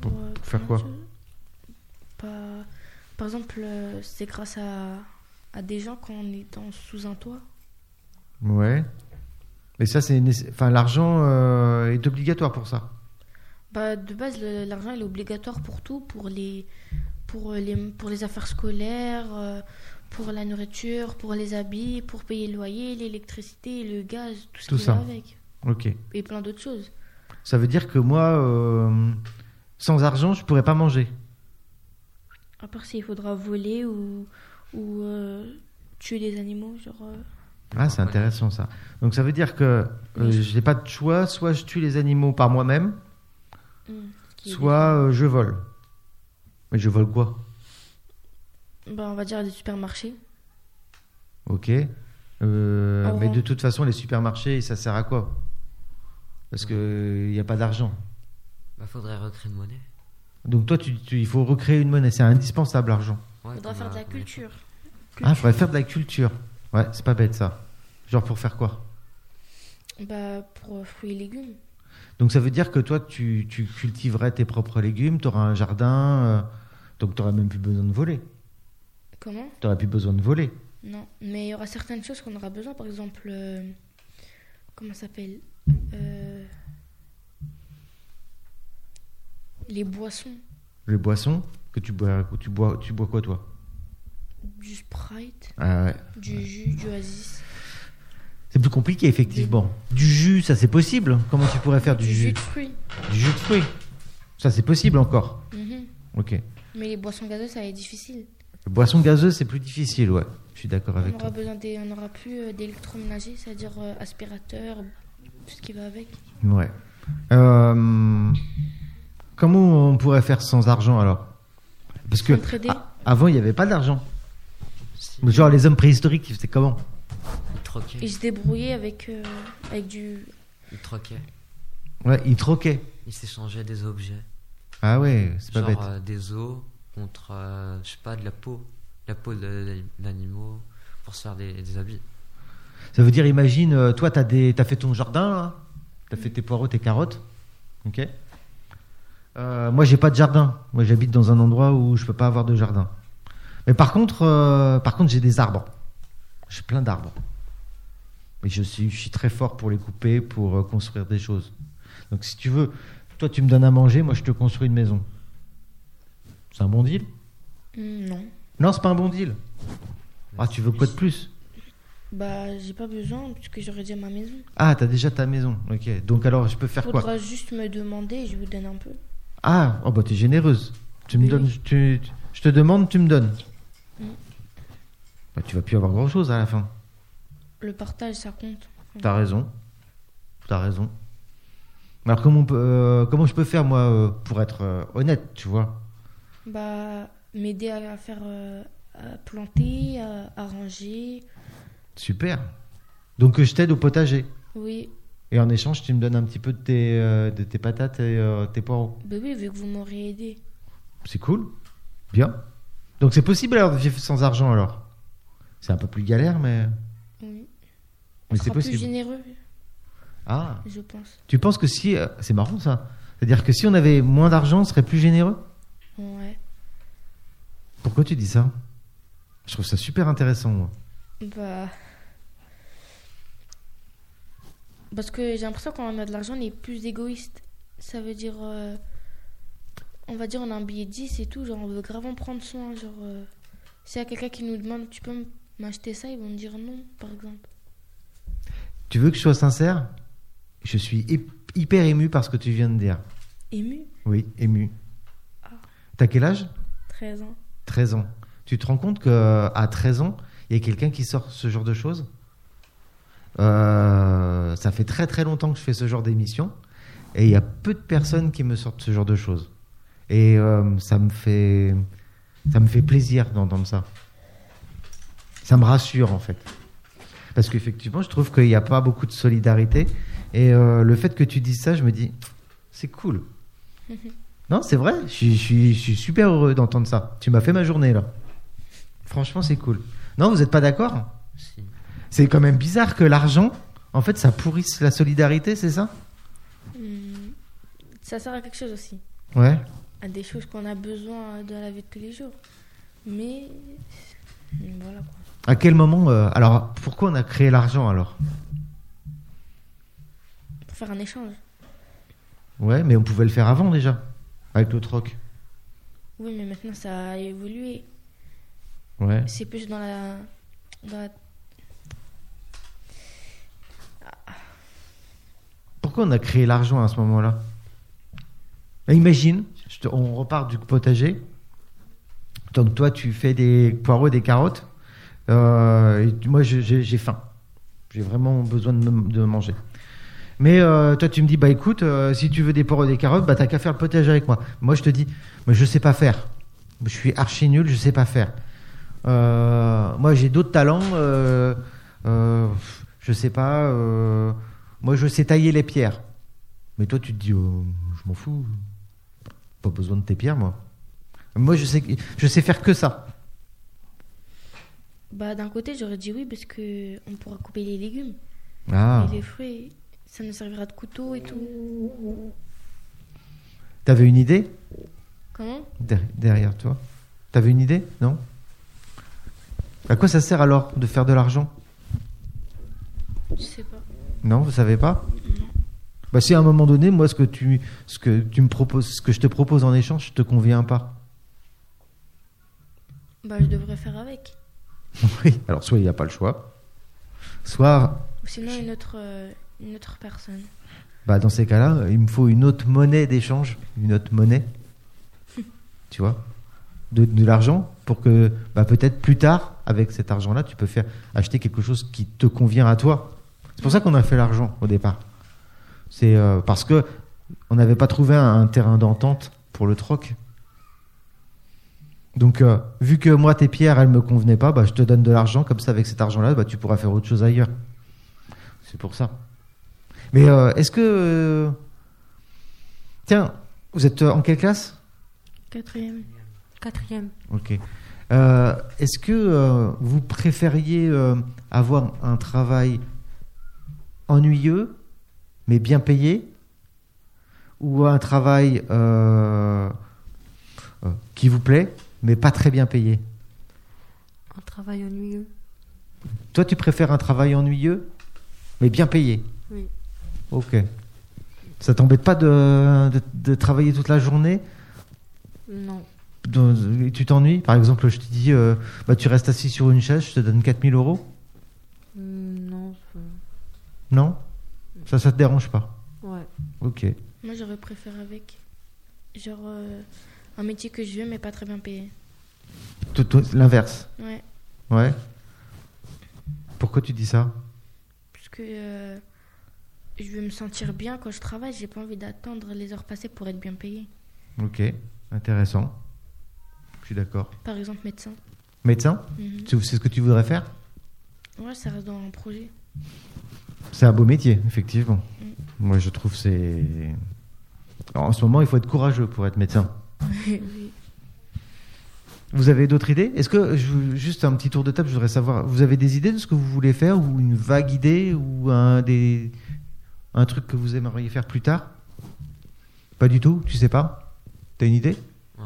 pour, euh,
pour faire quoi
plein de choses. Bah, Par exemple, euh, c'est grâce à, à des gens quand on est dans- sous un toit.
Ouais. Mais ça, c'est nécess- enfin l'argent euh, est obligatoire pour ça.
Bah, de base, le- l'argent il est obligatoire pour tout, pour les, pour les, pour les affaires scolaires, euh, pour la nourriture, pour les habits, pour payer le loyer, l'électricité, le gaz, tout ce
Tout
qui
ça.
va avec.
Ok.
Et plein d'autres choses.
Ça veut dire que moi, euh, sans argent, je pourrais pas manger.
À part s'il faudra voler ou, ou euh, tuer des animaux, genre. euh,
Ah, c'est intéressant ça. Donc ça veut dire que euh, je n'ai pas de choix. Soit je tue les animaux par moi-même,
hmm, ce qui est
soit euh, je vole. Mais je vole quoi
des- bah, on va dire des supermarchés.
Ok. Euh,
Au
mais
rang.
de toute façon, les supermarchés, ça sert à quoi Parce qu'il n'y a pas d'argent.
Bah, faudrait recréer une monnaie.
Donc toi, tu, tu- il faut recréer une monnaie. C'est indispensable, l'argent.
Ouais,
faudra
comme
faire
à-
de la
comme à l'époque.
culture.
Ah, il faudrait faire de la culture. Ouais, c'est pas bête ça. Genre pour faire quoi
Bah, pour euh, fruits et légumes.
Donc ça veut dire que toi, tu, tu cultiverais tes propres légumes, tu auras un jardin, euh, donc tu même plus besoin de voler.
Comment
Tu plus besoin de voler.
Non, mais il y aura certaines choses qu'on aura besoin, par exemple, euh, comment ça s'appelle Euh, Les boissons,
Les boissons que tu bois, que tu bois, tu bois quoi toi
du Sprite,
Ah ouais.
du jus, du Oasis,
C'est plus compliqué, effectivement. Du jus, ça c'est possible. Comment tu pourrais faire du,
du
jus
jus de fruits.
Du jus de fruits. Ça c'est possible encore.
Mhm.
Ok.
Mais les boissons gazeuses, ça va être difficile.
Les boissons gazeuses, c'est plus difficile, ouais. Je suis d'accord avec
on
toi.
aura besoin des, on aura plus euh, d'électroménager, c'est-à-dire euh, aspirateur, tout ce qui va avec.
Ouais. Euh, comment on pourrait faire sans argent alors Parce que
S'entraider.
a- avant, il n'y avait pas d'argent. Genre les hommes préhistoriques, ils faisaient comment
Ils troquaient.
Et se débrouiller avec, euh, avec du.
Ils troquaient.
Ouais, ils troquaient.
Ils s'échangeaient des objets.
Ah ouais, c'est pas
genre
bête.
euh, des os contre, euh, je sais pas, de la peau. La peau de- de- d'animaux pour se faire des, des habits.
Ça veut dire, imagine, euh, toi, tu as, fait ton jardin, tu as fait tes poireaux, tes carottes. ok Euh, moi, j'ai pas de jardin. Moi, j'habite dans un endroit où je peux pas avoir de jardin. Mais par contre, euh, par contre j'ai des arbres. J'ai plein d'arbres. Et je suis, je suis très fort pour les couper, pour euh, construire des choses. Donc, si tu veux, toi, tu me donnes à manger, moi, je te construis une maison. C'est un bon deal
Hmm, Non.
Non, c'est pas un bon deal. Ah, tu veux quoi de plus
Bah, j'ai pas besoin, parce que j'aurais déjà ma maison.
Ah, t'as déjà ta maison. Ok. Donc alors, je peux faire quoi
Faudra juste me demander et je vous donne un peu.
Ah, oh bah t'es généreuse. Tu me donnes, tu, tu- je te demande, tu me donnes.
Mm.
Bah, tu vas plus avoir grand chose à la fin.
Le partage, ça compte.
T'as raison. T'as raison. Mais alors comment, on peut- euh, comment je peux faire moi euh, pour être euh, honnête, tu vois
Bah, m'aider à, à faire euh, à planter, à, à ranger.
Super. Donc euh, je t'aide au potager.
Oui,
Et en échange, tu me donnes un petit peu de tes, euh, de tes patates et euh, tes poireaux.
bah oui, vu que vous m'aurez aidé.
C'est cool. Bien. Donc c'est possible alors de vivre sans argent alors. C'est un peu plus galère, mais mais
Oui. On
c'est
sera
possible.
plus généreux,
Ah.
je pense.
Tu penses que si. euh, C'est marrant ça. C'est-à-dire que si on avait moins d'argent, on serait plus généreux
Ouais.
Pourquoi tu dis ça Je trouve ça super intéressant, moi.
Bah. Parce que j'ai l'impression que quand on a de l'argent, on est plus égoïste. Ça veut dire. euh, On va dire, on a un billet de 10 et tout, genre on veut grave en prendre soin. Genre, euh, s'il y a quelqu'un qui nous demande, tu peux m- m'acheter ça, ils vont dire non, par exemple.
Tu veux que je sois sincère Je suis hy- hyper ému par ce que tu viens de dire.
Ému
Oui, ému.
Ah.
T'as quel âge
13 ans.
13 ans. Tu te rends compte qu'à 13 ans, il y a quelqu'un qui sort ce genre de choses Euh, Ça fait très très longtemps que je fais ce genre d'émission et il y a peu de personnes qui me sortent ce genre de choses. Et euh, ça, me fait, ça me fait plaisir d'entendre ça. Ça me rassure en fait. Parce qu'effectivement, je trouve qu'il n'y a pas beaucoup de solidarité. Et euh, le fait que tu dises ça, je me dis, c'est cool. Non, c'est vrai. Je suis, je suis- je suis super heureux d'entendre ça. Tu m'as fait ma journée là. Franchement, c'est cool. Non, vous n'êtes pas d'accord C'est quand même bizarre que l'argent, en fait, ça pourrisse la solidarité, c'est ça
Hmm, Ça sert à quelque chose aussi.
Ouais.
À des choses qu'on a besoin de la vie de tous les jours. Mais. Voilà quoi.
À quel moment euh, Alors, pourquoi on a créé l'argent alors
Pour faire un échange.
Ouais, mais on pouvait le faire avant déjà, avec le troc.
Oui, mais maintenant ça a évolué.
Ouais.
C'est plus dans la. Dans la-
Pourquoi on a créé l'argent à ce moment-là Ben, Imagine, je te- on repart du potager. Donc toi, tu fais des poireaux, et des carottes. Euh, et tu- moi, je- j'ai j'ai faim. J'ai vraiment besoin de, me- de manger. Mais euh, toi, tu me dis, bah écoute, euh, si tu veux des poireaux, et des carottes, bah t'as qu'à faire le potager avec moi. Moi, je te dis, mais je sais pas faire. Je suis archi nul, je sais pas faire. Euh, moi, j'ai d'autres talents. Euh, euh, je sais pas. euh, moi, je sais tailler les pierres. Mais toi, tu te dis, oh, je m'en fous. Pas besoin de tes pierres, moi. Moi, je sais, je sais faire que ça.
Bah, d'un côté, j'aurais dit oui parce que on pourra couper les légumes
Ah.
et les fruits. Ça nous servira de couteau et tout.
T'avais une idée
Comment
Der- derrière toi T'avais une idée Non À quoi ça sert alors de faire de l'argent
Je sais pas.
Non, vous savez pas Bah, si à un moment donné, moi, ce que tu, ce que tu me proposes, ce que je te propose en échange, je te conviens pas.
Bah, je devrais faire avec.
Oui. Alors, soit il n'y a pas le choix, soit
Ou sinon, une autre, euh, une autre personne.
Bah, dans ces cas-là, il me faut une autre monnaie d'échange, une autre monnaie, tu vois, de, de l'argent pour que bah, peut-être plus tard, avec cet argent-là, tu peux faire acheter quelque chose qui te convient à toi. C'est pour ça qu'on a fait l'argent au départ. C'est euh, parce que on n'avait pas trouvé un, un terrain d'entente pour le troc. Donc, euh, vu que moi, tes pierres, elles me convenaient pas, bah, je te donne de l'argent, comme ça, avec cet argent-là, bah, tu pourras faire autre chose ailleurs. C'est pour ça. Mais euh, est-ce que. euh, Tiens, vous êtes euh, en quelle classe
Quatrième.
Quatrième.
Ok. Euh, Est-ce que euh, vous préfériez euh, avoir un travail ennuyeux mais bien payé ou un travail euh, euh, qui vous plaît mais pas très bien payé
Un travail ennuyeux.
Toi, tu préfères un travail ennuyeux mais bien payé
Oui.
Ok. Ça t'embête pas de, de- de travailler toute la journée
Non.
Dans- et tu t'ennuies Par exemple, je te dis, euh, bah, tu restes assis sur une chaise, je te donne 4000 euros
Hmm, Non. je-
Non Ça, ça te dérange pas
Ouais.
Ok.
Moi, j'aurais préféré avec. Genre, euh, un métier que je veux, mais pas très bien payé.
Tout- tout- L'inverse
Ouais.
Ouais. Pourquoi tu dis ça
Parce que euh, je veux me sentir bien quand je travaille. J'ai pas envie d'attendre les heures passées pour être bien payé.
Ok, intéressant. Je suis d'accord.
Par exemple, médecin.
Médecin
Mhm.
Tu- C'est ce que tu voudrais faire
Ouais, ça reste dans un projet.
C'est un beau métier, effectivement. Moi, je trouve que c'est. Alors, en ce moment, il faut être courageux pour être médecin.
oui.
Vous avez d'autres idées Est-ce que, je vous- juste un petit tour de table, je voudrais savoir, vous avez des idées de ce que vous voulez faire ou une vague idée ou un, des, un truc que vous aimeriez faire plus tard Pas du tout Tu sais pas T'as une idée
Ouais.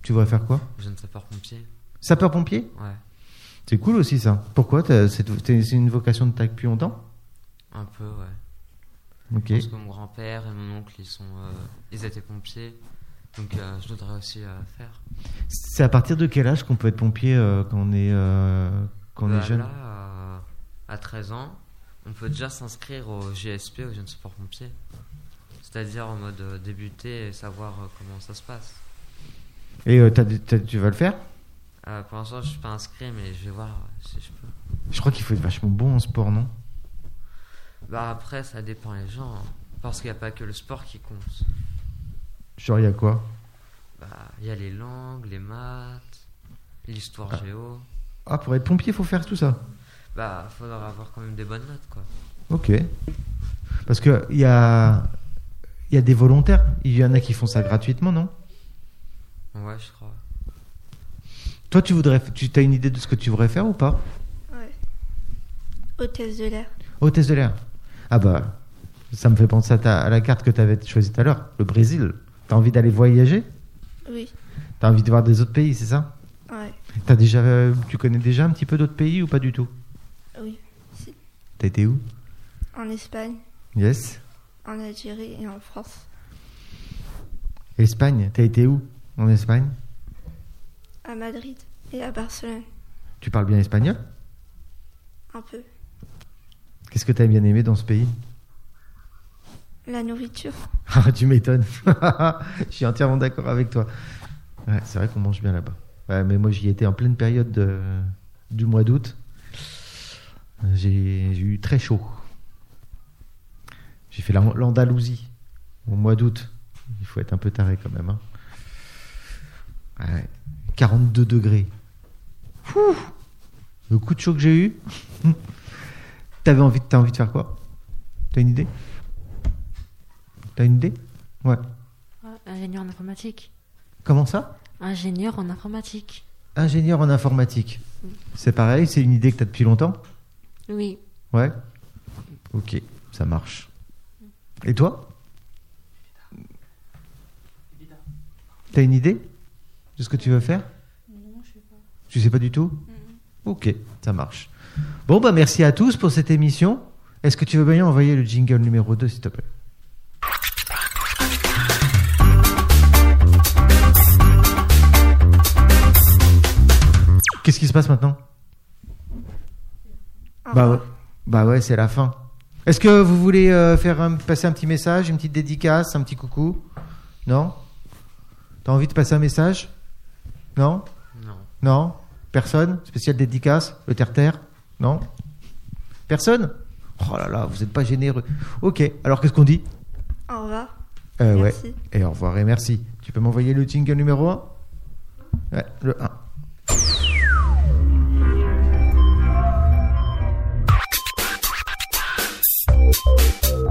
Tu voudrais faire quoi
Jeune sapeur-pompier.
Sapeur-pompier
Ouais.
C'est cool aussi ça. Pourquoi T'as- C'est t'es- c'est une vocation de ta depuis longtemps
Un peu, ouais.
Ok.
Parce que mon grand-père et mon oncle, ils, sont, euh, ils étaient pompiers. Donc euh, je voudrais aussi euh, faire.
C'est à partir de quel âge qu'on peut être pompier euh, quand on est, euh, quand on
Bah,
est jeune
Là, euh, à 13 ans, on peut déjà s'inscrire au GSP, au jeune support-pompier. C'est-à-dire en mode euh, débuter et savoir euh, comment ça se passe.
Et euh, t'as des- t'as- tu vas le faire
Euh, pour l'instant, je suis pas inscrit, mais je vais voir si je peux.
Je crois qu'il faut être vachement bon en sport, non
Bah après, ça dépend des gens. hein. Parce qu'il n'y a pas que le sport qui compte.
Genre, il y a quoi
Bah, il y a les langues, les maths, l'histoire géo.
Ah, pour être pompier, il faut faire tout ça.
Bah, faudra avoir quand même des bonnes notes, quoi.
Ok. Parce que il y a, il y a des volontaires. Il y en a qui font ça gratuitement, non
Ouais, je crois.
Toi, tu voudrais, tu as une idée de ce que tu voudrais faire ou pas
Ouais. Hôtesse de l'air.
Hôtesse de l'air. Ah bah, ça me fait penser à, ta- à la carte que tu avais choisie tout à l'heure, le Brésil. T'as envie d'aller voyager
Oui.
T'as envie de voir des autres pays, c'est ça
Ouais.
T'as déjà, euh, tu connais déjà un petit peu d'autres pays ou pas du tout
Oui. Si.
T'as été où
En Espagne,
Yes.
en Algérie et en France.
Espagne. T'as été où En Espagne.
À Madrid et à Barcelone.
Tu parles bien espagnol
Un peu.
Qu'est-ce que t'as bien aimé dans ce pays
La nourriture.
Ah, tu m'étonnes. je suis entièrement d'accord avec toi. Ouais, c'est vrai qu'on mange bien là-bas. Ouais, mais moi, j'y étais en pleine période de- du mois d'août. J'ai j'ai eu très chaud. J'ai fait l'An- l'Andalousie au mois d'août. Il faut être un peu taré quand même. hein. Ouais, 42 degrés. Fouh Le coup de chaud que j'ai eu. T'avais envie, de- t'as envie de faire quoi T'as une idée T'as une idée Ouais.
Ah, ingénieur en informatique.
Comment ça
Ingénieur en informatique.
Ingénieur en informatique. C'est pareil, c'est une idée que t'as depuis longtemps
Oui.
Ouais. Ok, ça marche. Et toi T'as une idée de ce que tu veux faire
Non, je sais pas.
Tu sais pas du tout Ok, ça marche. Bon, bah merci à tous pour cette émission. Est-ce que tu veux bien envoyer le jingle numéro 2, s'il te plaît Qu'est-ce qui se passe maintenant
Ah.
Bah ouais, bah ouais c'est la fin. Est-ce que vous voulez euh, faire un- passer un petit message, une petite dédicace, un petit coucou Non T'as envie de passer un message Non
Non.
Non Personne Spécial dédicace Le terre-terre Non Personne Oh là là, vous n'êtes pas généreux. Ok, alors qu'est-ce qu'on dit
Au revoir.
Euh, ouais.
Merci.
Et au revoir et merci. Tu peux m'envoyer le jingle numéro 1 Ouais, le 1.
Thank you.